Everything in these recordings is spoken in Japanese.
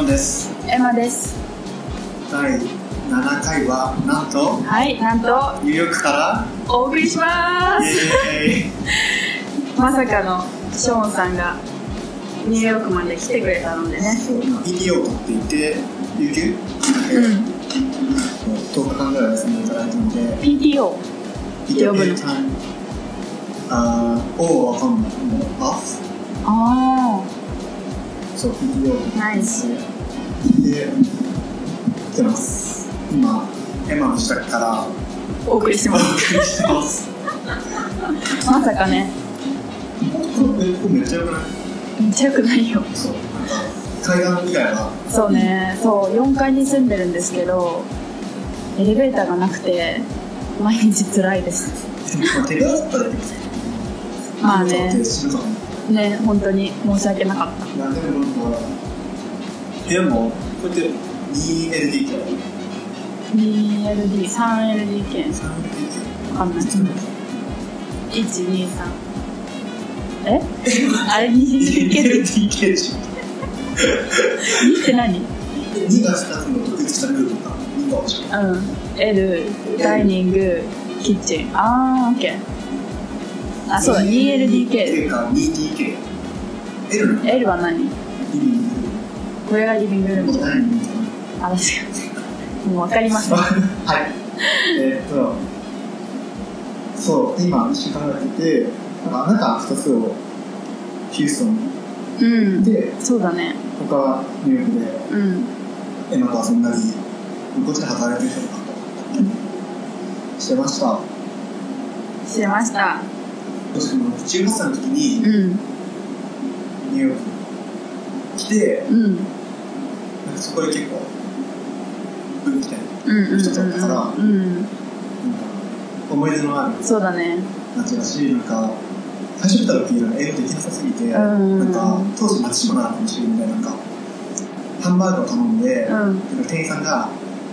ンですエマです第7回はなんとはいなんとニューヨークからお送りしまイすエーイまさかのショーンさんがニューヨークまで来てくれたのでねインディオーって言って有給うんもう10日間ぐらい休んでいただいたので PTO 呼ぶのああおわかんないもうああそう PTO あナイスで来てます今エマの自宅から お送りしおま送すりしてますまさかねえここめっちゃよくないめっちゃよくないよそうなんか海岸以外はそうねそう4階に住んでるんですけどエレベーターがなくて毎日辛いですまあ手軽だったらできるまあね死ぬかもね本当に申し訳なかったいやでもなんか部屋もこうやって 2LDK 3LDK 2LD3LDK わかんない123え あれ 2LDK っ 2LDK て何うん2が2つの独立したルームが2が欲しい L ダイニングキッチンあー OK あそうだ 2LDKL か 2DK L のは何リビンこれがリビングルーグムもうじゃダなイいニングかあ確かにもう分かりましたなはいえーっとそう今一週間空いててなんかあなた2つをヒューストンうんでそうだね他はニューヨークでうんえなんかそんなにこっちで働いてる人とかしてました知りました私も18歳の時うにんニューヨークに来てうんなんかそこで結構分岐点なんかうんうん人だったからうんうん思い出のあるそうだね街だしなんか最初来た時なんか英語できなさすぎて、んなんか当時松島なのかもしれないなんかハンバーグを頼んで、うなんかん店員さんが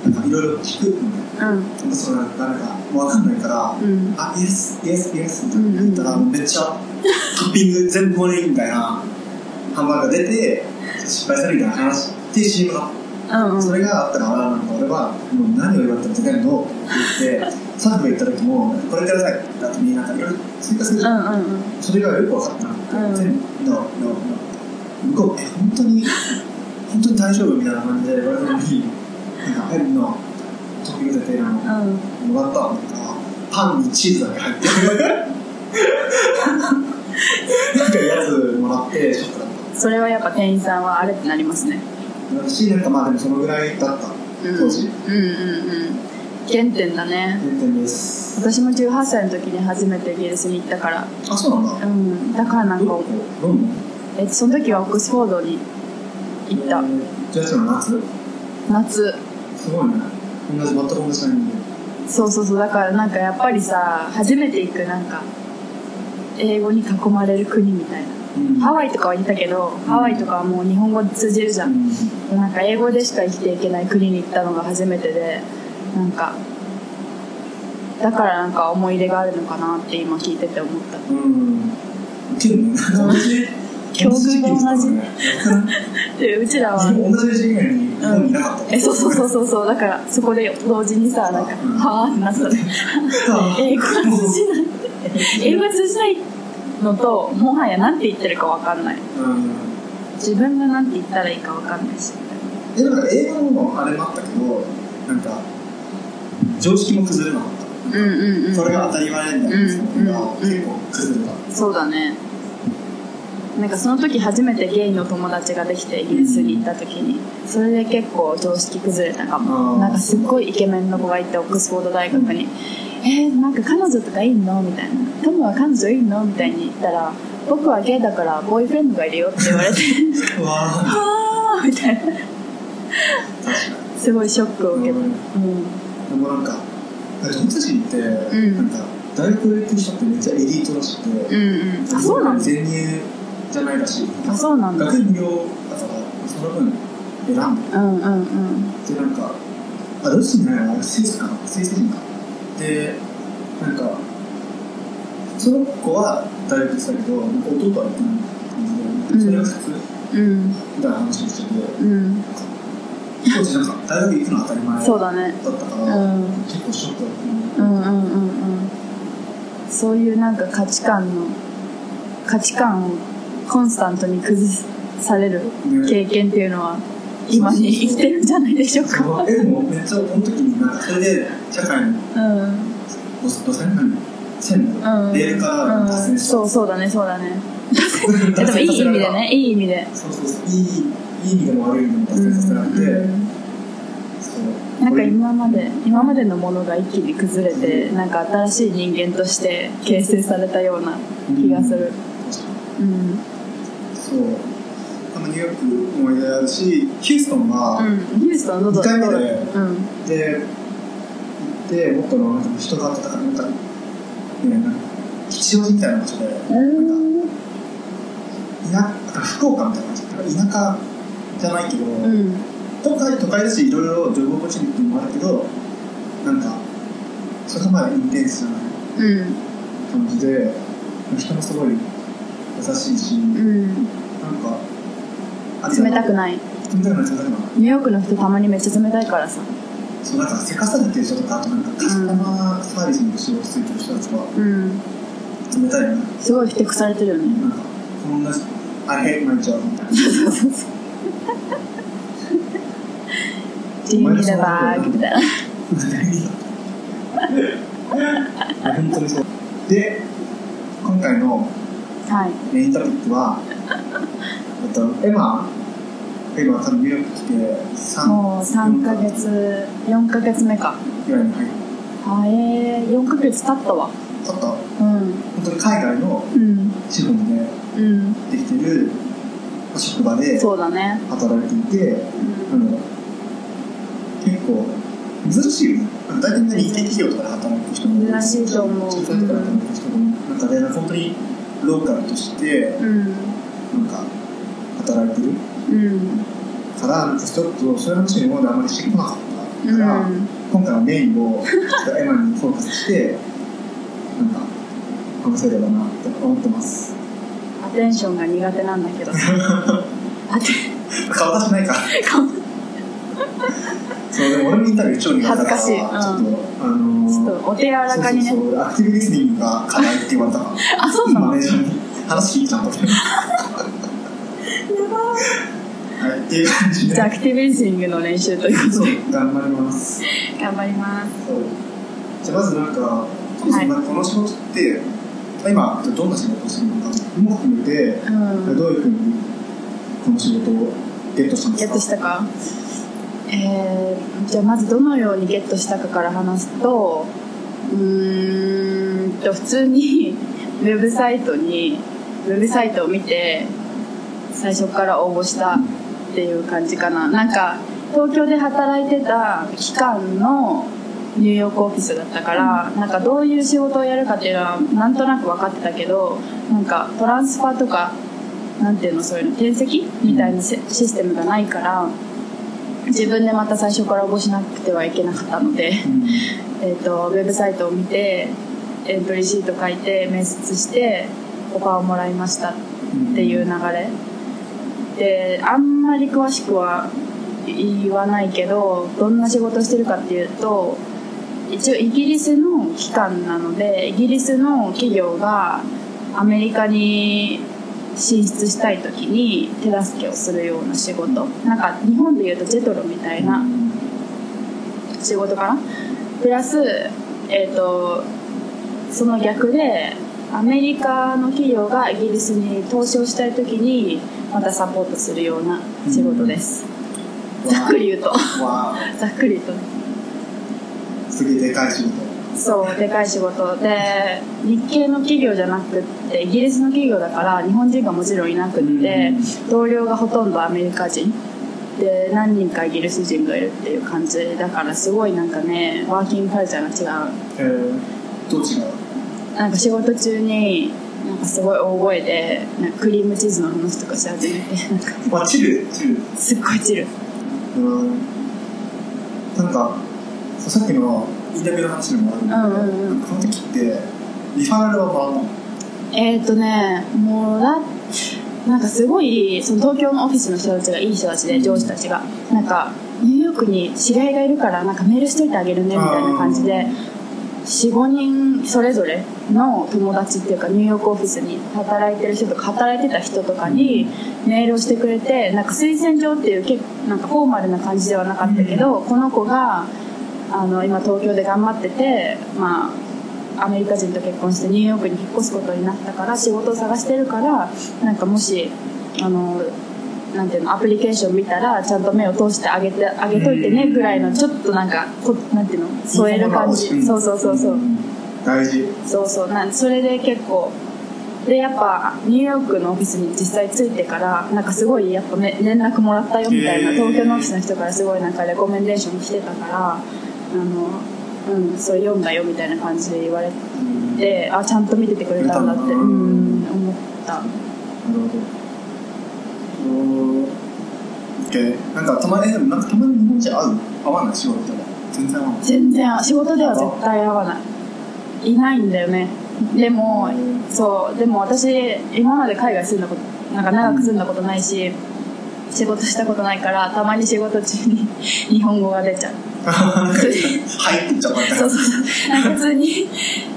なんかいろいろ聞くんだようんでもそれなんかなんかわかんないから、うんあ、イエス、イエス、イエスってうんうん言ったら、めっちゃトッピング全部盛りみたいなハンバーグが出て、失敗するみたいな話っていう CM が、うんうんそれがあったから、なんか俺は、もう何を言われても出ないのって言って、サーフィン行った時も、これくださいって言った後に、なんかいろいろ追加するじうゃん。んうんうんそれがよく分かってなうくんて、全部、の、の、の、向こう、え、本当に、本当に大丈夫みたいな感じで言われたのに、なんか、変の、トッピング出てるの。うんもらったわけだからパンにチーズだけ入ってるなんかやつもらってショックだっそれはやっぱ店員さんはあれってなりますねたしなんかまあでもそのぐらいだったうん当時うんうんうん原点だね原点です私も18歳の時に初めてイギリスに行ったからあそうなんだうんだからなんどかこロンえその時はオックスフォードにドン行ったえーじゃあその夏夏すごいね同じ全く同じタイミングそうそうそうだからなんかやっぱりさ初めて行くなんか英語に囲まれる国みたいなうんハワイとかは行ったけどハワイとかはもう日本語通じるじゃうんんなんか英語でしか生きていけない国に行ったのが初めてでなんかだからなんか思い入れがあるのかなって今聞いてて思ったうんウケるね同じ境時遇が同じ期に来たからねでうちらは同じ時期に日本にいなかった えそうそうそうそうそうだからそこで同時にさなんかうんはあってなってたね英語が通じない英語が通じないのともはや何て言ってるか分かんないうん自分が何て言ったらいいか分かんないしでもなんか映画のもあれもあったけどなんか常識も崩れなかった、うんうんうんそれが当たり前みたいなそれが結構崩れた、そうだねなんかその時初めてゲイの友達ができてイギリスに行った時にそれで結構常識崩れたかあもーなんかすっごいイケメンの子がいてオックスフォード大学に「えー、なんか彼女とかいいの?」みたいな「トムは彼女いいの?」みたいに言ったら「僕はゲイだからボーイフレンドがいるよ」って 言われて「うわーはあ」みたいな確かにすごいショックを受けたううんんでもなんか友達って、んなんか大学行く人ってめっちゃエリートらしくうて、んうんあそうなんだ全入じゃないらしいあそうなんだ学院業だからその分選んでうんうんうんでなんかあドイツじゃないなスイスかなスイス人かでなんかその子は大学でしたけどなんか弟は行ってない感じでそれが普通うんみたいな話をしてて、うんなんか結構じゃなかった大学行くの当たり前そうだだねったかうら、ん結構ショックだったうんうんうんうんそういうなんか価値観の価値観をコンスタントに崩されるね経験っていうのは今に生きてるんじゃないでしょうかそうえでもめっちゃこの時になんかそれで社会のうんう路線何線ん路レールから脱うん線した、そうそうだねそうだねえでもいい意味でねいい意味でそうそうそういいいい意味でも悪い意味でもう脱ん線させられて、うんそうなんかこ今まで今までのものが一気に崩れてなんか新しい人間として形成されたようなういう気がするうんそうあのニューヨーク思い出あるしヒューストンは、うんニュースとのど二回目でうんで行ってもっとなんか人が温かなんかねなんか吉祥寺みたいな場所でなんかうん田なんか福岡みたいな感じなんか田舎じゃないけど、うん都会都会だしいろいろ情報ポチンってもあるけどなんかそれがまあインテンスなう感んじで人もすごい優しいし、なんうんか冷たくない冷たくない冷たくないニューヨークの人たまにめっちゃ冷たいからさそうなんかせかされてる人とかあとなんかカスタマーサービスに仕事ついてる人たちはうん冷たいよねすごいふてくされてるよねなんかこんなあれ毎日はみたいなジンギルバーグみたいな本当にそうで今回のはいメイントピックはえっとエマエマは多分ニューヨーク来て3もう3ヶ月4ヶ月目かぐらいに入っあえー、4ヶ月経ったわたちょっと本うん当に海外のうん資本でうんできてる職場でそうだね働いていてうんなんだろう結構珍しいよねあの大体みんな日系企業とかで働く人も多い珍しいと思う小さいとこで働く人も多い中でなんか本当にローカルとしてうんなんか働いてるうんからなんかちょっとそういう話を今まであんまりしてこなかったうから、ん今回はメインをちょっとエマにフォーカスしてなんか話せればなって思ってますアテンションが苦手なんだ けどさアテ顔出してないか顔そうでも俺もインタビュー超苦手だから恥ずかしいうちょんっとあのーちょっとお手柔らかにねそうそうそうアクティブリスニングが課題って言われたからあそう今なのね話聞いちゃったはいっていう感じでじゃあアクティブリスニングの練習というこそとうで頑張ります頑張りますそうじゃあまずなんかそもそもなんかこの仕事って、今どんな仕事をするのかも含めて、うんどういうふうにこの仕事をゲットしたんですゲかットしたかえー、じゃあまずどのようにゲットしたかから話すとうーんと普通に ウェブサイトにウェブサイトを見て最初から応募したっていう感じかななんか東京で働いてた期間のニューヨークオフィスだったから、なんかどういう仕事をやるかっていうのはなんとなく分かってたけどなんかトランスファーとかなんていうのそういうの転籍みたいなシシステムがないから自分でまた最初から応募しなくてはいけなかったので、 うんえっとウェブサイトを見てエントリーシート書いて面接してオファーをもらいましたっていう流れであんまり詳しくは言わないけどどんな仕事してるかっていうと一応イギリスの機関なのでイギリスの企業がアメリカに進出したい時に手助けをするような仕事なんか日本でいうとジェトロみたいな仕事かなプラス、えー、とその逆でアメリカの企業がイギリスに投資をしたい時にまたサポートするような仕事です、ざっくり言うとわあ ざっくり言うとすげえでかい仕事そうでかい仕事で日系の企業じゃなくってイギリスの企業だから日本人がもちろんいなくって、う同僚がほとんどアメリカ人で何人かイギリス人がいるっていう感じだからすごいなんかねワーキングカルチャーが違うえー、どう違うなんか仕事中になんかすごい大声でなんかクリームチーズの話とかし始めて なんかまあチルチルすっごいチルうんなんかそうさっきのインタビューの話にもあるんだけど、うんうんうんこの時ってリファラルはもらったのえー、っとねもうだなんかすごいその東京のオフィスの人たちがいい人たちで上司たちがなんかニューヨークに知り合いがいるからなんかメールしといてあげるねみたいな感じで45人それぞれの友達っていうかニューヨークオフィスに働いてる人とか働いてた人とかにメールをしてくれてなんか推薦状っていう結構なんかフォーマルな感じではなかったけど、この子があの今東京で頑張っててまあアメリカ人と結婚してニューヨークに引っ越すことになったから仕事を探してるからなんかもしあのなんていうのアプリケーション見たらちゃんと目を通してあげてあげといてねぐらいのちょっとなんかこなんていうの添える感じそうそうそうそう、ん大事そうそうなんそれで結構でやっぱニューヨークのオフィスに実際着いてからなんかすごいやっぱ、ね、連絡もらったよみたいな、へー東京のオフィスの人からすごいなんかレコメンデーションしてたからあの、うん、それ読んだよみたいな感じで言われうんなるてあちゃんと見ててくれたんだってううんん思ったほどおー OK なんかたまにでもなんかたまに日本人会う合わない仕事とか全然合わない 全然仕事では絶対合わないいないんだよねでもそうでも私今まで海外住んだことなんか長く住んだことないし仕事したことないからたまに仕事中に日本語が出ちゃう入ってっちゃったみたいそなうそうそうなんか普通に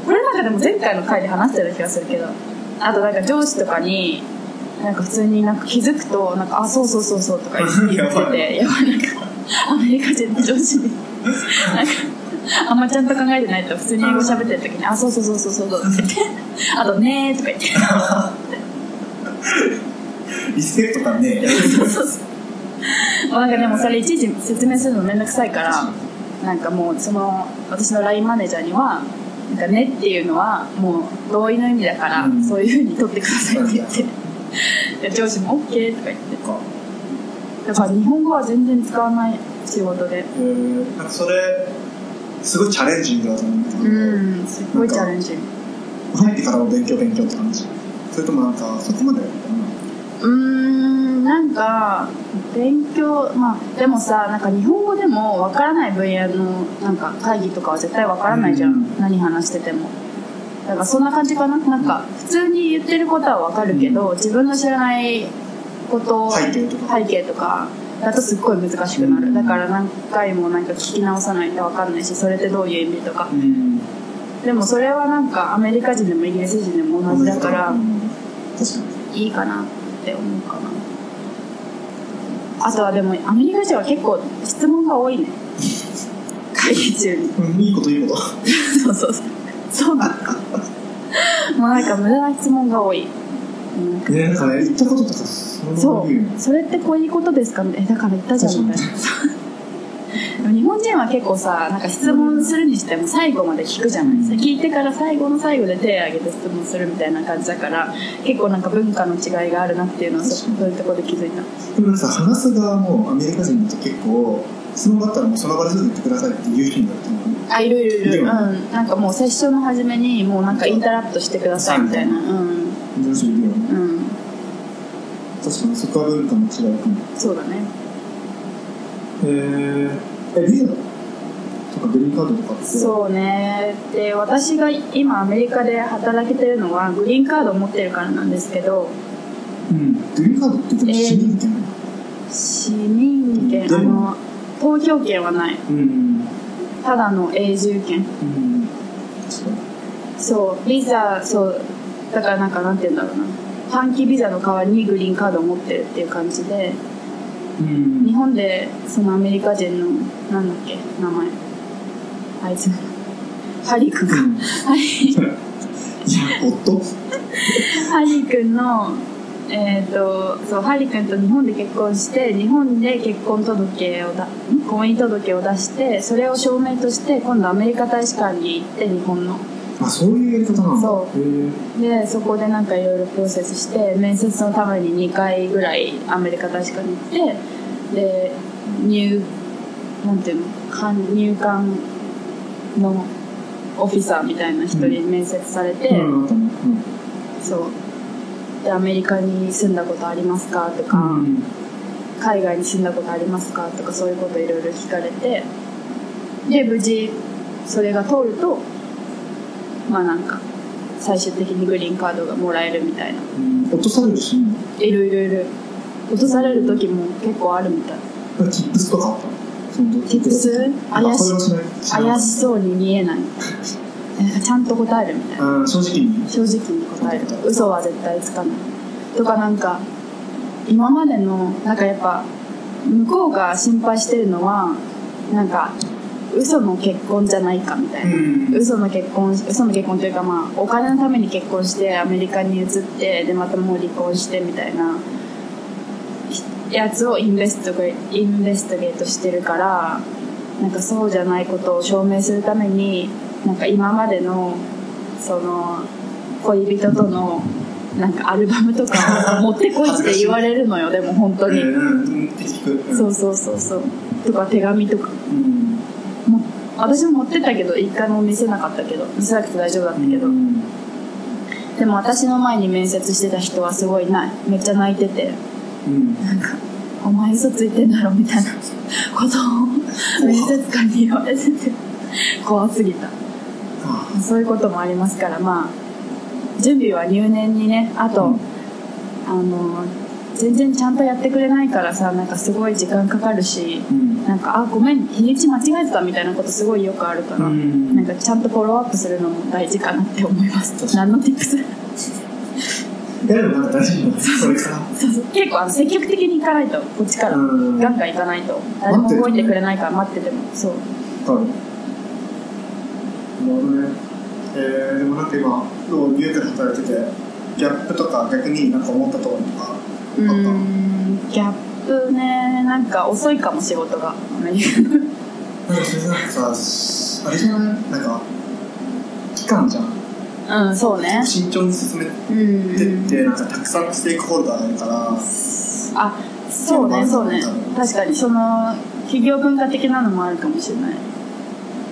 これなんかでも前回の回で話してた気がするけどあとなんか上司とかになんか普通になんか気づくとなんかあそうそうそうそうとか言っててややばばいいなんかアメリカ人の上司になんかあんまちゃんと考えてないと普通に英語喋ってる時に「あそうそうそうそうそう」とか言って「あとね」とか言ってリスペクト感ねそうそうそうもうなんかでもそれいちいち説明するのめんどくさ いからなんかもうその私の LINE マネージャーには「なんかね」っていうのはもう同意の意味だから、うんそういうふうに取ってくださいって言っそてうで上司も「OK」とか言ってかだから日本語は全然使わない仕事でえーなんかそれすごいチャレンジングだと思うんだけど、うんすっごいチャレンジ入ってからも勉強勉強って感じそれともなんかそこまでやったのうーんなんか勉強まあでもさなんか日本語でもわからない分野のなんか会議とかは絶対わからないじゃん、うん何話しててもだからそんな感じかななんか普通に言ってることはわかるけど、自分の知らないことを背景とか背景とかだとすっごい難しくなる、うんだから何回もなんか聞き直さないとわかんないしそれってどういう意味とかうんでもそれはなんかアメリカ人でもイギリス人でも同じだから、うん確かにいいかなって思うかなあとはでもアメリカ人は結構質問が多いね会議中にうんいいこといいことそうそうそうそうなんかもうなんか無駄な質問が多い、うんねなんかね言ったこととかそそいよねうそれってこういうことですかみたいなえだから言ったじゃんみたいなそうでも日本人は結構さなんか質問するにしても最後まで聞くじゃないですか聞いてから最後の最後で手を挙げて質問するみたいな感じだから結構なんか文化の違いがあるなっていうのはそそういうところで気づいたでもなんかさ話す側もアメリカ人だと結構質問があったらもうその場ですぐ言ってくださいって言う人になると思うあいるいるいいるるうんよねなんかもうセッションの初めにもうなんかインタラプトしてくださいみたいなうん同士いるよねうん確かにそこは文化の違いかもそうだねえー、えビザとかグリーンカードとかってそうねで私が今アメリカで働けてるのはグリーンカードを持ってるからなんですけどうんグリーンカードって言っても市民権市民権であもの投票権はないうんただの永住権うん確かにそうビザそうだからなんかなんて言うんだろうな短期ビザの代わりにグリーンカードを持ってるっていう感じでうん日本でそのアメリカ人のなんだっけ名前あいつ ハリー君かうんハリーいや夫 ハリー君のえっ、とそうハリー君と日本で結婚して日本で結婚届をだん婚姻届を出してそれを証明として今度アメリカ大使館に行って日本のあそういうやり方なんだそへーでそこでなんかいろいろプロセスして面接のために2回ぐらいアメリカ大使館に行ってで入なんていうの管入管のオフィサーみたいな人に面接されて、うんあったねうんそうでアメリカに住んだことありますかとか、うん海外に住んだことありますかとかそういうこといろいろ聞かれてで無事それが通るとまあなんか最終的にグリーンカードがもらえるみたいなうん落とされるしいるいるいる落とされる時も結構あるみたいキップスとかあったそのティップスあ怪しこれはしない怪しそうに見えないなんかちゃんと答えるみたいなうん正直に正直に答える嘘は絶対つかないとかなんか今までのなんかやっぱ向こうが心配してるのはなんか嘘の結婚じゃないかみたいな、うん嘘の結婚嘘の結婚というかまあお金のために結婚してアメリカに移ってでまたもう離婚してみたいなやつをインベストゲインベストゲートしてるからなんかそうじゃないことを証明するためになんか今までのその恋人とのなんかアルバムとかを持ってこいって言われるのよでも本当えーにうんって聞くうんそうそうそうそうとか手紙とかうんも私も持ってったけど一回も見せなかったけど見せなくて大丈夫だったけど、うんでも私の前に面接してた人はすごいないめっちゃ泣いててうんお前嘘ついてんだろみたいな ことを面接官に言われてて 怖すぎたあそういうこともありますからまあ準備は入念にねあと、うんあの全然ちゃんとやってくれないからさなんかすごい時間かかるしうんなんかあごめん日にち間違えてたみたいなことすごいよくあるから、うんなんかちゃんとフォローアップするのも大事かなって思いま確かすに何の tips? いやでもなんか大丈夫だそれさそうそう結構あの積極的に行かないとこっちから、うんガンガン行かないと誰も動いてくれないから待っててもそうはい。なるほどね。えー、でもなんか今、どう、リュウで働いてて、ギャップとか逆になんか思ったところとか、あったうーんギャップねなんか遅いかも仕事 がアメリカなんかそれなんかさ、あれじゃないなんか、期間じゃん。うんそうね慎重に進めうてんって、うんなんかたくさんステークホルダーがいるから、あそうねそうね確かにその企業文化的なのもあるかもしれない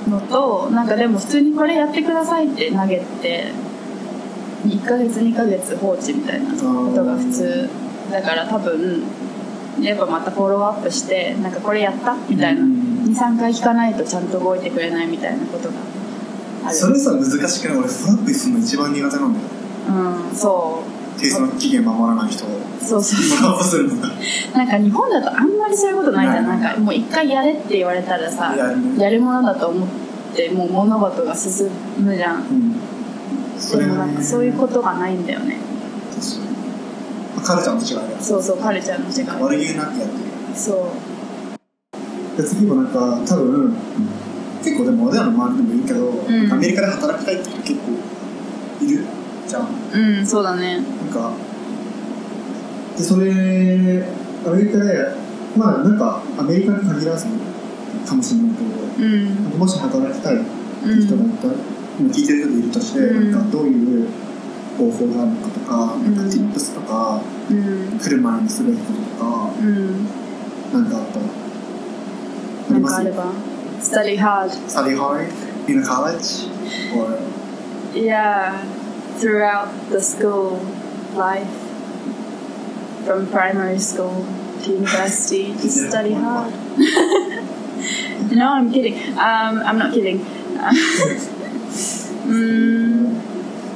のとなんかでも普通にこれやってくださいって投げて1ヶ月2ヶ月放置みたいなことが普通だから多分やっぱまたフォローアップしてなんかこれやったみたいなうん23回聞かないとちゃんと動いてくれないみたいなことがあそるれさ、難しくない俺、フラップするの一番苦手なんだよ。うんそ提出の期限守らない人を。うそうそうフそラップす るのが。うなんか日本だとあんまりそういうことないじゃんないなんかもう一回やれって言われたらさやるやるものだと思ってもう物事が進むじゃんうん。そでれもがなんねかそういうことがないんだよねカルチャーの違いだよそうそうカルチャーの違い悪気なくやってるそうで次もなんか多分結構でも俺らの周りでもいいけど、んアメリカで働きたいって人結構いるじゃんうんそうだねなんかでそれアメリカでまあなんかアメリカに限らずかもしれないけどうんもし働きたいって人がいたら、今聞いてる人がいるとして、うんなんかどういう方法があるのかとか、んなんか tips とかうん来る前にすべきこととかうんなんかあったあなりんまかあすれば study hard study hard in college or yeah throughout the school life from primary school to university just study hard no I'm kidding um I'm not kidding うん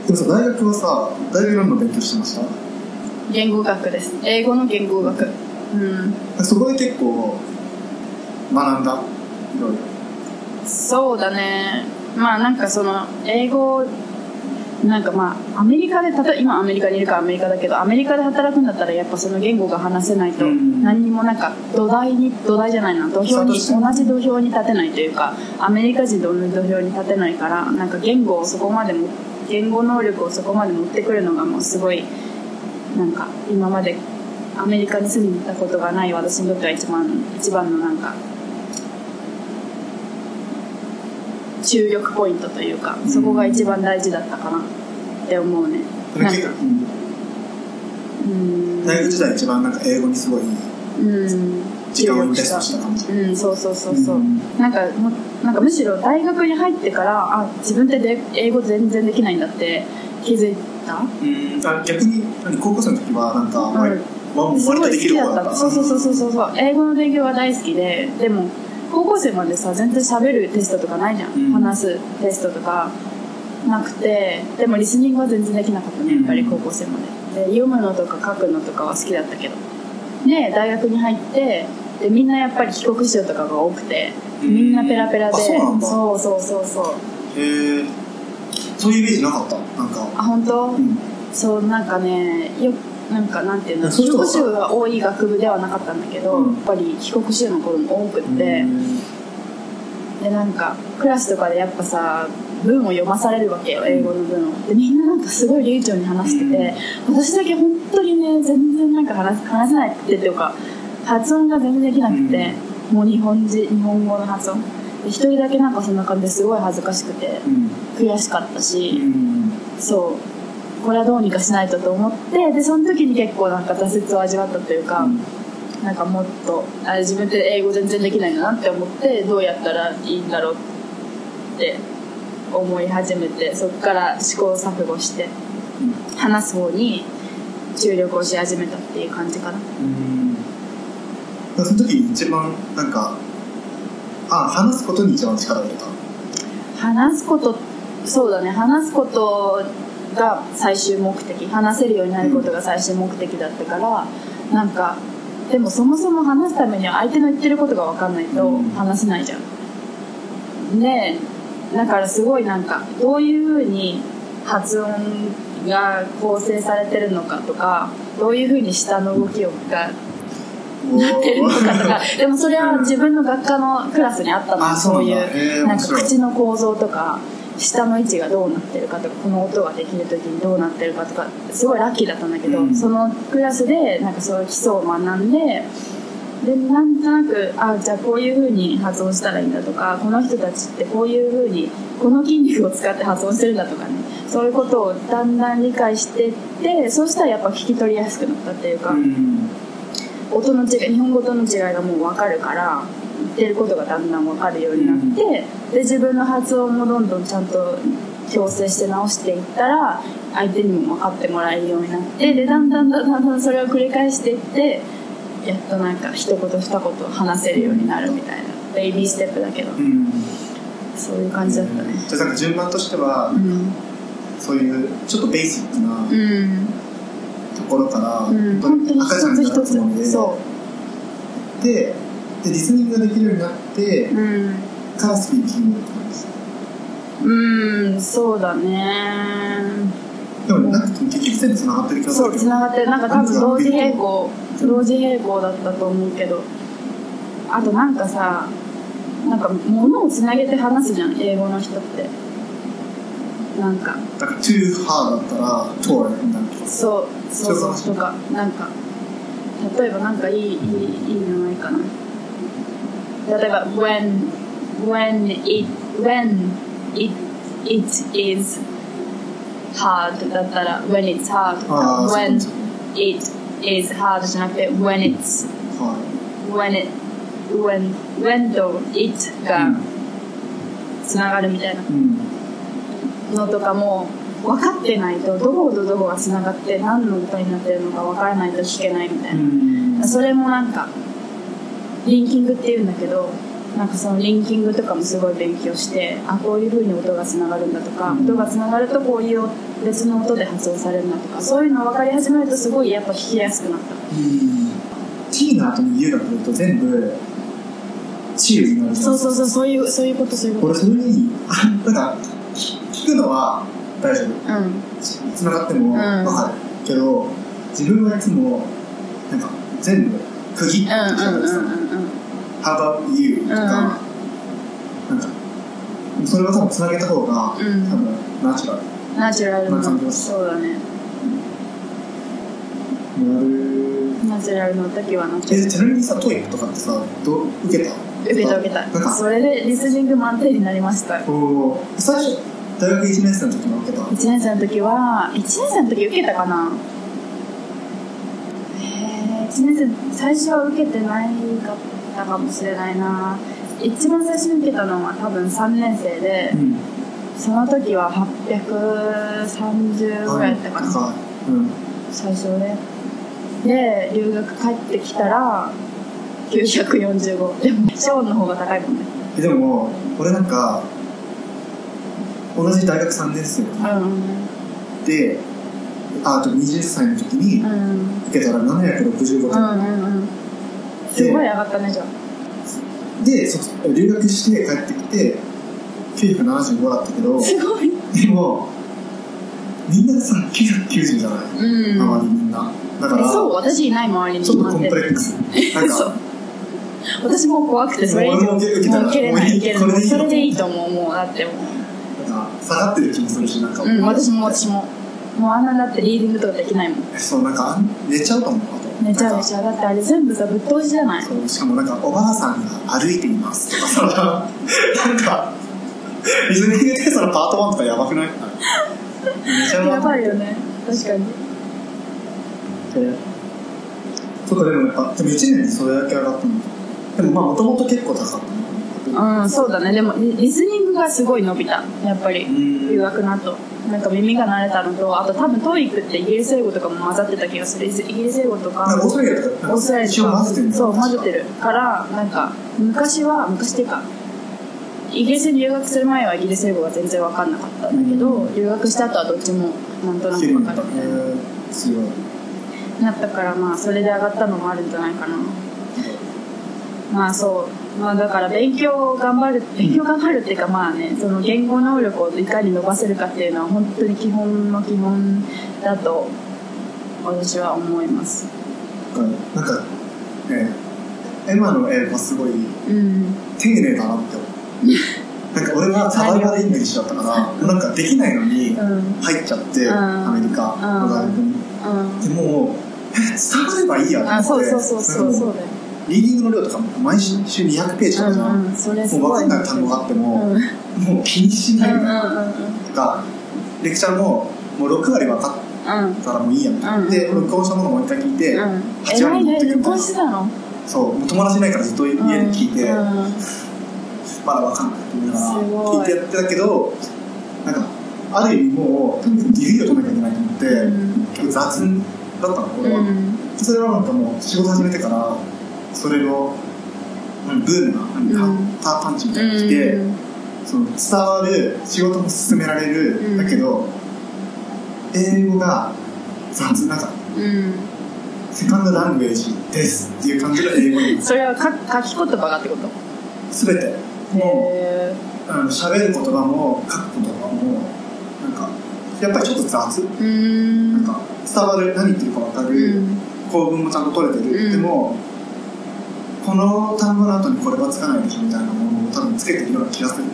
でもさ大学はさ大学何の勉強してました言語学です英語の言語学うんそこで結構学んだいろいろそうだねまあなんかその英語なんかまあアメリカでたと今アメリカにいるからアメリカだけどアメリカで働くんだったらやっぱその言語が話せないとうん何にもなんか土台に土台じゃないな土俵にそうそう同じ土俵に立てないというかアメリカ人と同じ土俵に立てないからなんか言語をそこまでも言語能力をそこまで持ってくるのがもうすごいなんか今までアメリカに住んでたことがない私にとっては一番一番のなんか注力ポイントというかそこが一番大事だったかなって思うね。でなん結か構うんうん大学時代一番なんか英語にすごいうん時間をインベストした感じうん、そうそうそうそう、うんなんかもなんかむしろ大学に入ってからあ自分ってで英語全然できないんだって気づいたうんあ逆に何高校生の時はなんか割,、うん割す割ごとでい好ききるだ方だっったたそうそうそうそうそうそう英語の勉強が大好きででも高校生までさ全然喋るテストとかないじゃん、うん話すテストとかなくてでもリスニングは全然できなかったねやっぱり高校生までで読むのとか書くのとかは好きだったけどで大学に入ってでみんなやっぱり帰国子女とかが多くてみんなペラペラであそうなんだそうそうそうそうへえそういうイメージなかったなんかあ本当、うんそうなんかねよなんかなんていうのそうい帰うの国が子女が多い学部ではなかったんだけど、うんやっぱり帰国子女の子も多くって、でなんかクラスとかでやっぱさ文を読まされるわけよ英語の文をでみんななんかすごい流暢に話してて、私だけ本当にね全然なんか話話せないっていうか発音が全然できなくて、もう日本人日本語の発音で一人だけなんかそんな感じですごい恥ずかしくてうん悔しかったうし、んそうこれはどうにかしないとと思ってでその時に結構なんか挫折を味わったというか、なんかもっとあ自分って英語全然できないんだなって思ってどうやったらいいんだろうって思い始めてそこから試行錯誤して話す方に注力をし始めたっていう感じかなうんうんその時に一番なんかあ話すことに一番力を入れた話すことそうだね話すことが最終目的話せるようになることが最終目的だったから、なんかでもそもそも話すためには相手の言ってることが分かんないとうん話せないじゃん、でだからすごいなんかどういうふうに発音が構成されてるのかとかどういうふうに舌の動きをがなってるのかとかでもそれは自分の学科のクラスにあったのあそそうういなんだへうーな面んか白い口の構造とか舌の位置がどうなってるかとかこの音ができる時にどうなってるかとかすごいラッキーだったんだけど、うんそのクラスでなんかそういう基礎を学んで。でなんとなくあじゃあこういう風に発音したらいいんだとかこの人たちってこういう風にこの筋肉を使って発音してるんだとかねそういうことをだんだん理解してってそうしたらやっぱ聞き取りやすくなったっていうか、うん音の違い日本語との違いがもう分かるから言ってることがだんだん分かるようになって、で自分の発音もどんどんちゃんと矯正して直していったら相手にも分かってもらえるようになってでだんだんだんだんだんそれを繰り返していってやっとなんか一言二言話せるようになるみたいなベイビーステップだけどうんそういう感じだったねじゃあなんか順番としてはうんそういうちょっとベーシックなうん、ところからうん、本本当当にに赤ちゃ一んつにな一ったのでつそででリスニングができるようになってううんからスピーキングって感じうんそうだねでもなんか結局全部つながってる気がすそうるけど繋がってるなんか多分同時並行同時並行だったと思うけどあとなんかさなんか物をつなげて話すじゃん英語の人ってなんかなんか too hard だったら toward になるとかそうそうそうそうとかなんか例えばなんかいいいいいい名前かな例えば when when it when it it is hard だったら when it's hard あー when そう it is hard じゃなくて when it's は when it when when と it がつながるみたいないうんのとかも分かってないとどことどこがつながって何の歌になってるのか分からないと聞けないみたいな、んそれもなんかリンキングっていうんだけどなんかそのリンキングとかもすごい勉強してあこういう風に音がつながるんだとか、うん音がつながるとこういう別の音で発音されるんだとかそういうの分かり始めるとすごいやっぱ聞きやすくなったうん、t の後に u が来ると全部 t になるじゃんそうそうそうそういうそういうことそういうこ俺とそれにあなんか聞くのは大丈夫うんつながってもん分かるけど、自分はいつもなんか全部区切ってうんたうんんでうすよんうんうん「How about you?」とか、なんかそれは多分つなげた方が、うん多分ナチュラルナチュラルナチュラルのそうだねになるナチュラルの時はナチュラえルちなみにさ TOEIC とかってさどう受けた受けた受けなんたかそれでリスニング満点になりましたおー最初大学1年生の時も受けた1年生の時は1年生の時受けたかなえー、1年生最初は受けてないかったかもしれないな一番最初に受けたのは多分3年生でうんその時は830ぐらいだったかなはいうん最初ねで留学帰ってきたら945でもショーンの方が高いもんねえでも俺なんか同じ大学3年生うでああと20歳の時にんうん受けたら765う点、んうんうんすごい上がったねじゃあでそう留学して帰ってきて975だったけどすごいでもみんなさ990じゃない、うん周りみんなだからそう私いない周りにちょっとなんコンてプレックスなんそうか私もう怖くてそれ以もう上俺も受けたらもう受けれないもういい受けれこれなでいいいそれでいいと思うもうだってもなんか下がってる気もするしなんか、う、うん、私も私ももうあんなだってリーディングとかできないもんそうなんか寝ちゃうと思うあと寝ちゃうなん寝かちゃうだってあれ全部さぶっ通しじゃないそうしかもなんかおばあさんが歩いていますとかさなんかリズニングテストのパート1とかやばくないめちゃやばばいいよね確かにちょっとでもやっぱでも1年でそれだけ上がったのでもまあもともと結構高かったうんそうだねでもリリスニングがすごい伸びたやっぱりん留学の後なんか耳が慣れたのとあと多分 TOEIC ってイギリス英語とかも混ざってた気がするイギリス英語となんかオーストかラリアとかオーストラリア一応と混ぜてるんかだそう混ぜてるるからなんか昔は昔っていうかイギリスに留学する前はイギリス英語が全然分かんなかったんだけど、う留学した後はどっちもなんとなく9分人かだるみたいな強いなったからまあそれで上がったのもあるんじゃないかなまあそうまあだから勉強を頑張る勉強頑張るっていうかまあねその言語能力をいかに伸ばせるかっていうのは本当に基本の基本だと私は思いますなんかねエマの英語はすごいうん丁寧だなって思うなんか俺 はサバイバルイングリッシュだったからなんかできないのにうん入っちゃって、うんアメリカの大学に、うんでもうえ伝わればいいやってあそうそうそうそうそそのうだよリーディングの量とかも毎週200ページとかじゃ、うんんうんそれすもうごい分かんない単語があっても、うんうんうんもう気にしないみたいなうんとか、レクチャーももう6割分かったらもういいやみたいな、うんで録音したものをもう一回聞いて、うん8偉割い持っねてく離みたい婚なしてたのそうもう友達いないからずっと家で聞いて、うんうんまだ分かんないって言いながらすごい聞いてやってたけどなんかある意味もうとにかくディフィーを取らなきゃいけないと思って、うん結構雑だったの俺は、うんそれはなんかもう仕事始めてからそれの何ブームが何うんカウンターパンチみたいなのが来て、うんその伝わる仕事も進められる、うんだけど英語が雑なんかうセカンドラングエージですっていう感じの英語にん、それはか書き言葉がってこと全てもへうあの喋る言葉も書く言葉もなんかやっぱりちょっと雑えうんなんか伝わる何言ってるか分かうる、ん構文もちゃんと取れてる、うんでもこの単語の後にこれはつかないでしょみたいなものを多分つけてるような気 がする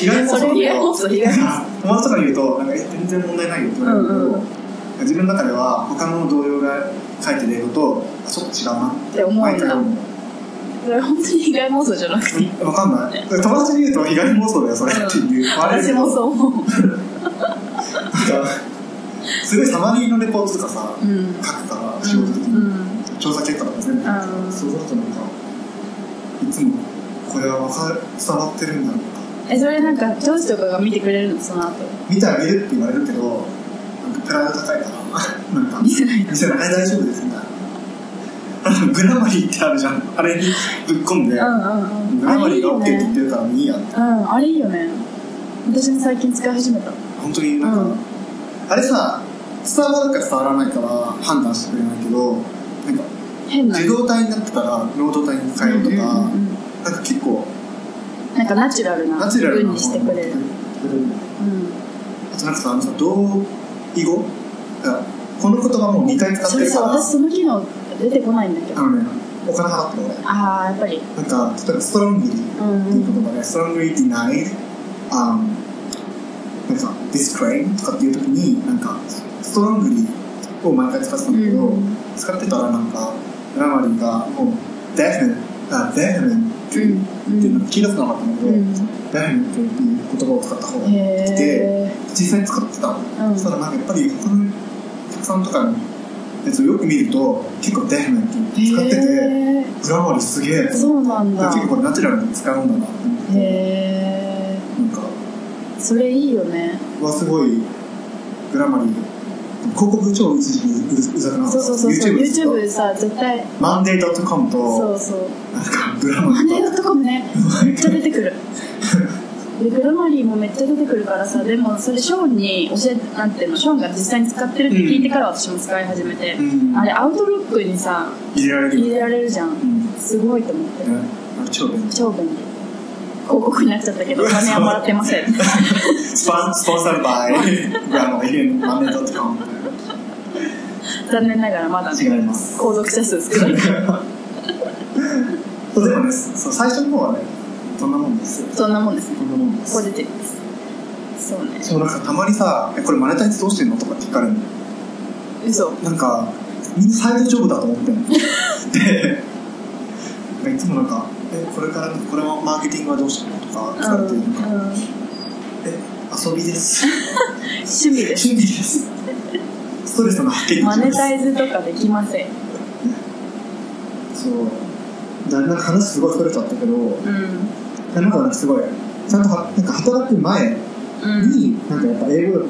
被害妄想それ被害妄想被害妄友達とかに言うとなんかえ全然問題ないよって言われるけど、うんうん自分の中では他の同僚が書いてる英語とあちょっと違うなっって思うん毎回だ思うそれ本当に被害妄想じゃなくて分かんない友達に言うと被害妄想だよそれっていう、割れ私るもそう思うなんか すごいサマリーのレポートとかさうん書くから仕事的に、うん調査結果とか全部うんそうだとなんかいつもこれはわかる伝わってるんだろうかえそれなんか上司とかが見てくれるのその後見てあげるって言われるけどなんかプライド高いから なんか見せないの見せないあ大丈夫ですみたいなあのグラマリーってあるじゃんあれにぶっ込んで、うんうんうんグあラマれリいいーが OK よって言っねてるからもういいやうんあれいいよね私も最近使い始めた本当になんか、うんあれさ伝わるか伝わらないから判断してくれないけどなんか変な受動体になってたら能動体に変えるとか、うんうんうんなんか結構なんかナチュラルなナチュラルなにしてくれるうんうんあとなんかさ、あのさ、同意語がこの言葉もう2回使そってるれかさら、私その機能出てこないんだけどあのね、お金払ってもね、ああやっぱりなんか、例えば、ストロングリーってうんういうん言葉で、ストロングリー denied、um, なんか、disclaim とかっていう時に、なんか、ストロングリーを毎回使ってたんだけど、うん使ってたらなんか、グラマリーが、もう、definite、あ、definite っていうの聞いたことなかったんだけど、うん definite っていう言葉を使った方が来て、へ実際に使ってたの、うんそしたらなんかやっぱり他のお客さんとかのやつをよく見ると結構デフメントえ使っててグラマリーすげえと思っそうなんてだ結構これナチュラルに使うんだなって思ってへなんかえそれいいよねうわすごいグラマリー広告超一時期ううざくなかったそうそうそうそう YouTube でずっと YouTube でさ絶対マンデー .com そとうそうなんかグラママネリー ードットコムねめっちゃ出てくるでグラマリーもめっちゃ出てくるからさでもそれショーンに教えなんていうのショーンが実際に使ってるって聞いてから私も使い始めて、うんあれアウトロックにさ入れられる入れられるじゃん、んすごいと思ってねあれ超便利超便利広告になっちゃったけどお金はもらってませんスポンスポンサーバイグラマリーマネドットコム残念ながらまだね違います購読者数少ないからそうでもねそう最初の方はねそんなもんですよそんなもんですねそんなもんでポすジティブですそうねそうなんかたまにさ「えこれマネタイズどうしてんの?」とかって聞かれるの嘘なんかみんなサイドジョブだと思ってん のでいつもなんか「えこれからこれはマーケティングはどうしてるの?」とか聞かれてうんなんかうん「え遊びです」趣味で趣す味ですストレスの発見マネタイイズとかできませんそうだなんか話すごいそれちゃったけどうんなんかすごいちゃんとはなんか働く前うんに、なんかやっぱ英語力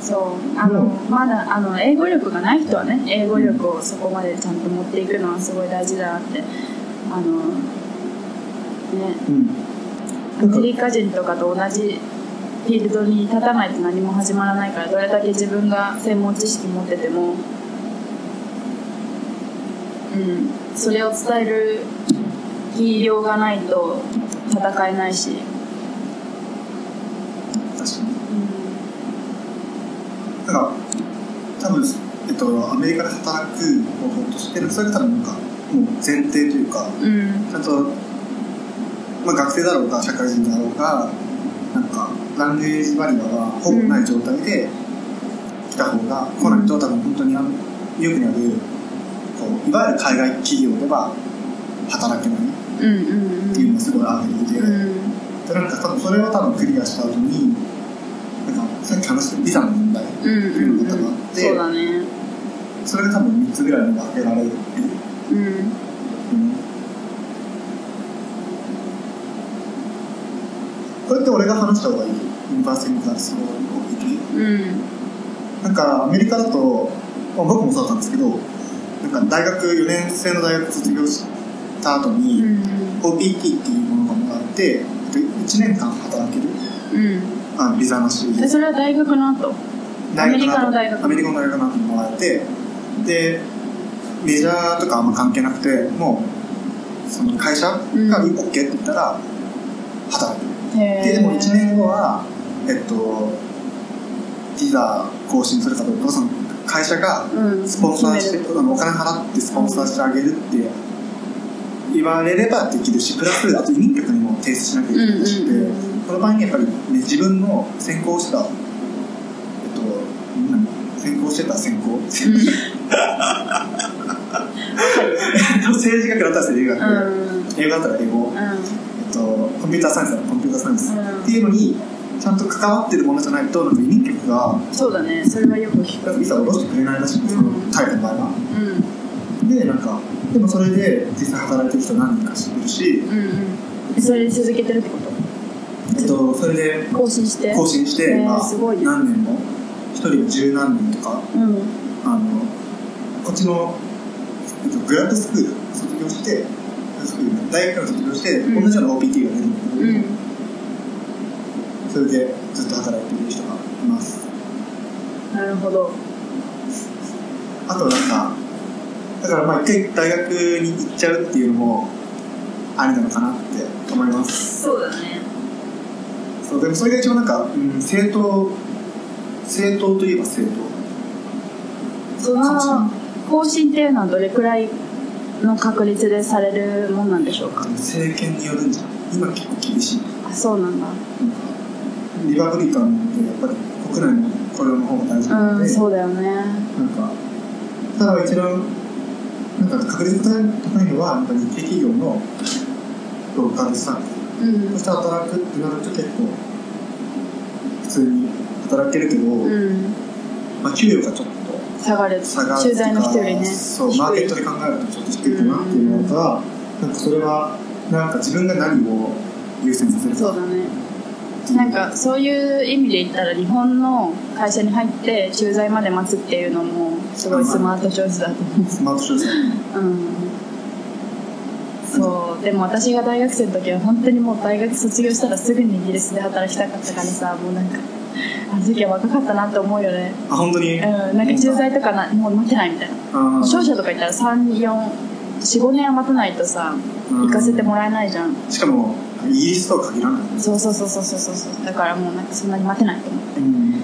そうあの、うんまだあの英語力がない人はね英語力をそこまでちゃんと持っていくのはすごい大事だなってあのねうんアメリカ人とかと同じフィールドに立たないと何も始まらないからどれだけ自分が専門知識持ってても、うん、それを伝える技量がないと戦えないし、確かになんか多分、えっと、アメリカで働く方法としてそれが多分なんかもう前提というかうんちゃんと、まあ、学生だろうが社会人だろうがなんかランゲージバリアはほぼない状態で来た方が、来ないと多分本当にあのニューヨークにあるこういわゆる海外企業では働けないっうんうんていうのがすごいあるので,、うんうんでなんか多分それを多分クリアした後になんかさっき話したビザの問題うんうんっていううのがんあってそうだねそれが多分3つぐらいに分けられるっていう。うんこれって俺が話した方がいいユニバーシティの活動のうんなんかアメリカだと、まあ、僕もそうだったんですけどなんか大学4年生の大学卒業した後うに、ん OPT っていうものがもらって1年間働けるうんあビザなしでそれは大学の後大学アメリカの大学アメリカの大学の後にもらえてでメジャーとかあんま関係なくてもうその会社がうん OK って言ったら働く、へでえでも1年後はえっとビザ更新するかどうかその会社がうんスポンサーして、決めるあのお金払ってスポンサーしてあげるって言われればできるしプラスあと移民局にも提出しなきゃいけないしうんうんうんでこの場合にやっぱり、ね、自分の先行した、えっと、うん先行してた先行、 うん政治学だったら政治う学、ん英語だったら英語、うえっと、コンピューターサイエンスだったらコンピューターサイエンス、うんっていうのにちゃんと関わってるものじゃないとなんか移民局がんそうだねそれはよく聞くビザを下ろしてくれないらしいんですよ、うんタイの場合は。うんでなんかでもそれで実際働いてる人何人か知ってるし、うんうんそれで続けてるってこえっと、それでと更新して更新して、えーまあすごいね何年も一人が十何人とかうんあのこっちの、えっと、グランドスクール卒業して大学から卒業して、うん同じような OPT が出るんだけど、うんそれでずっと働いてる人がいますなるほどあとなんかだからまあ一回大学に行っちゃうっていうのもあれなのかなって思いますそうだねそうでもそれが一番なんか、うん、正当正当といえば正当そかもしれなの更新っていうのはどれくらいの確率でされるもんなんでしょうかい政権によるんじゃない今結構厳しいなんかあそうなんだリパブリカンってやっぱり国内の雇用の方が大事なのうで、んそうだよねなんかただ一番なんか確率が高いのはなんか日系企業のローカルスタッフうんそして働くってなると結構普通に働けるけど、うんまあ、給料がちょっと下がる差がある駐在の人よりねそう低いマーケットで考えるとちょっと低いかなっていうのが、なんかそれはなんか自分が何を優先させるそうかだねなんかそういう意味で言ったら日本の会社に入って駐在まで待つっていうのもすごいスマートチョイスだと思スマート商材う、うん、すそうでも私が大学生の時は本当にもう大学卒業したらすぐにイギリスで働きたかったからさもうなんかあの時は若かったなって思うよねあ本当うにんなんか駐在とかなもう待てないみたいなあー商社とか行ったら3445年は待たないとさうん行かせてもらえないじゃんしかもイギリスとは限らないそうそうそうそうそうそうそうだからもうなんかそんなに待てないと思ってうんなん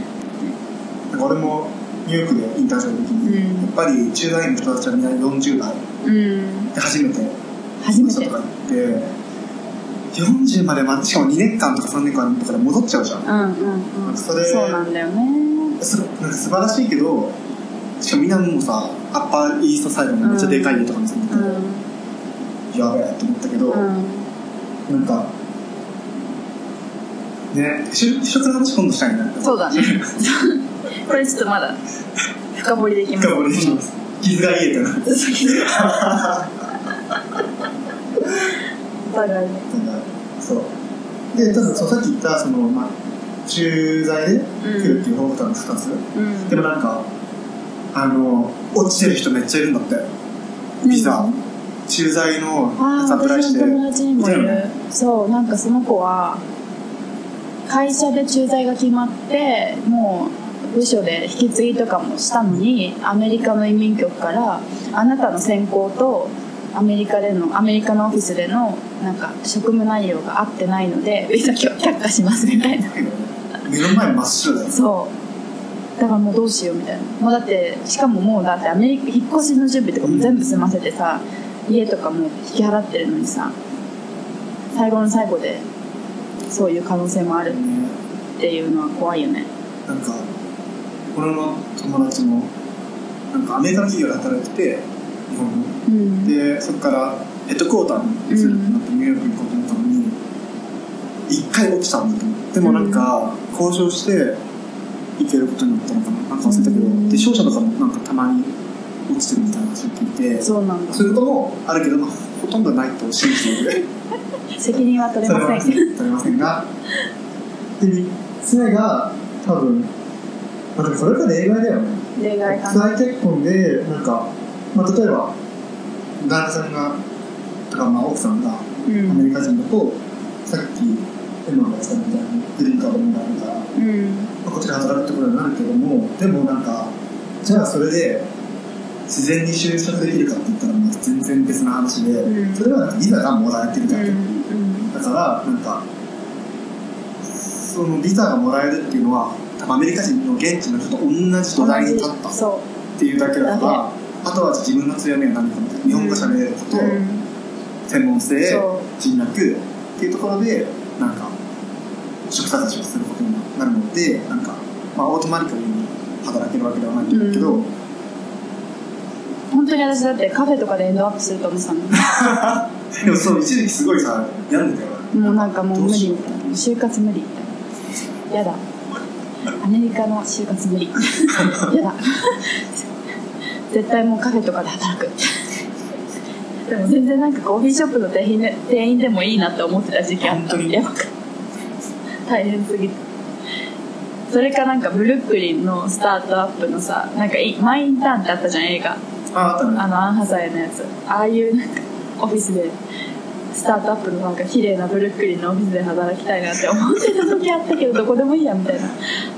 か俺もニューヨークでインターンした時うに、やんっぱり10代の人たちはみんな40代うんで初めて初め人てとか行って40まで待ってしかも2年間とか3年間とかで戻っちゃうじゃんうんうんうんそれうなんだよねすなんか素晴らしいけどしかもみんなもうさアッパーイーストサイドのめっちゃでかい家とかに住んでて、うやべえと思ったけど、んうんなんかね就就職の話今度したいなそうだね これちょっとまだ深掘りできますが俺します傷が癒えたなお互なんいねかそうでただそうさっき言ったその、まあ、駐在で来るっていう方法との2つ、うんでもなんかあの落ちてる人めっちゃいるんだってビザ駐在のああサプライ私しての友達にもいいたよるねそうなんかその子は会社で駐在が決まってもう部署で引き継ぎとかもしたのにアメリカの移民局からあなたの選考とアメリカでのアメリカのオフィスでのなんか職務内容が合ってないので ビザ却下しますみたいな目の前真っ白だよそうだからもうどうしようみたいなもうだってしかももうだってアメリカ引っ越しの準備とかも全部済ませてさ家とかも引き払ってるのにさ最後の最後でそういう可能性もあるねっていうのは怖いよねなんか俺の友達もなんかアメリカの企業で働いてて日本のうんでそこからヘッドクォーターに移るってなってニューヨークに行こうと思ったのに一回落ちたんだけどでもなんか交渉して行けることになったのかななんか忘れたけうんどで商社とかもなんかたまに落ちてるみたいな話を聞いてそそうなんだういうこともあるけど、まあ、ほとんどないと信じている責任は取れそれまはせん取れませんがで3つ目が多分まあでもそれが例外だよね例外か国な際結婚でなんか、まあ、例えば旦那さんがとか、まあ、奥さんがアうんメリカ人だと、さっきエマが言ってたみたいにグリーンカードもらえるから、まうんあこっちで働くってことになるけどもでもなんかじゃあそれで自然に就職できるかって言ったらまあ全然別な話で、うんそれはなんかビザがもらえてるうだけ、んだからなんかそのビザがもらえるっていうのは多分アメリカ人の現地の人と同じ土台に立った同じそっていうだけだからあとは自分の強みは何かみたいな日本語喋れるこう、と、うん、専門性そ人脈っていうところでなんか職探しをすることになるのでなんか、まあ、オートマリカルに働けるわけではないんだけど、うん本当に私だってカフェとかでエンドアップすると思ってたのでもそう一時期すごいさ病んでたよもうなんかもう無どし理よみたいな就活無理みたいなやだアメリカの就活無理 やだ絶対もうカフェとかで働くでも全然なんかコーヒーショップの店員で店員でもいいなって思ってた時期あっ本た当にやばかった大変すぎてそれかなんかブルックリンのスタートアップのさなんかいマイインターンってあったじゃん映画ああったねあのアンハサウェイのやつああいうなんかオフィスでスタートアップのなんか綺麗なブルックリンのオフィスで働きたいなって思ってた時あったけどどこでもいいやみたいな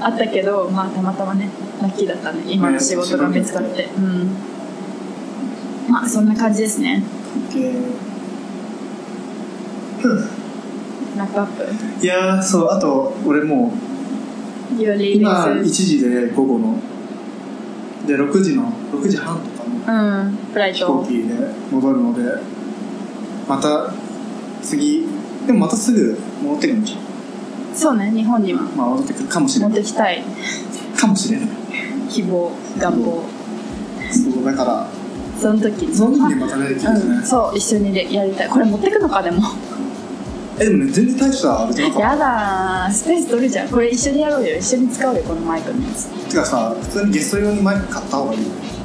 あったけどまあたまたまねラッキーだったね今の仕事が見つかってうんまあそんな感じですねでラップアッいやーそうあと俺もうプより今う1時で午後ので6時の6時半とかのんフライ飛行ト機で戻るのでまた次でもまたすぐ戻ってくるんじゃんそうね日本にはまあ戻ってくるかもしれ持っなていきたいかもしれない希望願望そうだからその時にその時にまたねできるんですねうん、そう一緒にでやりたいこれ持ってくのかでもえでもね全然大したあれじゃなかっやだースペース取るじゃんこれ一緒にやろうよ一緒に使おうよこのマイクのやつたてかさ普通にゲスト用にマイク買った方がいい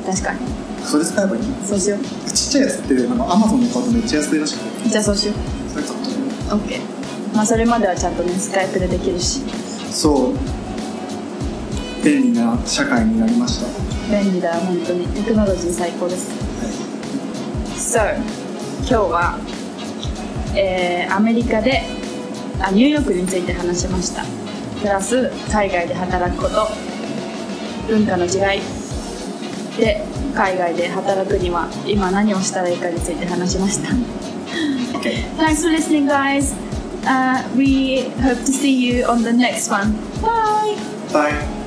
確かにそれ使えばいいそうしよちっちゃいやつってなんかアマゾンで買うとめっちゃ安いらしくてうじゃあそうしよそれ買ったう OK まあそれまではちゃんとねスカイプでできるしそう便利な社会になりました、便利だ本当にテクノロジー最高です So 今日はえーアメリカであニューヨークについて話しましたプラス海外で働くこと文化の違いで海外で働くには今何をしたらいいかについて話しました Okay. Thanks for listening Uh, guys、uh, We hope to see you on the next one Bye Bye.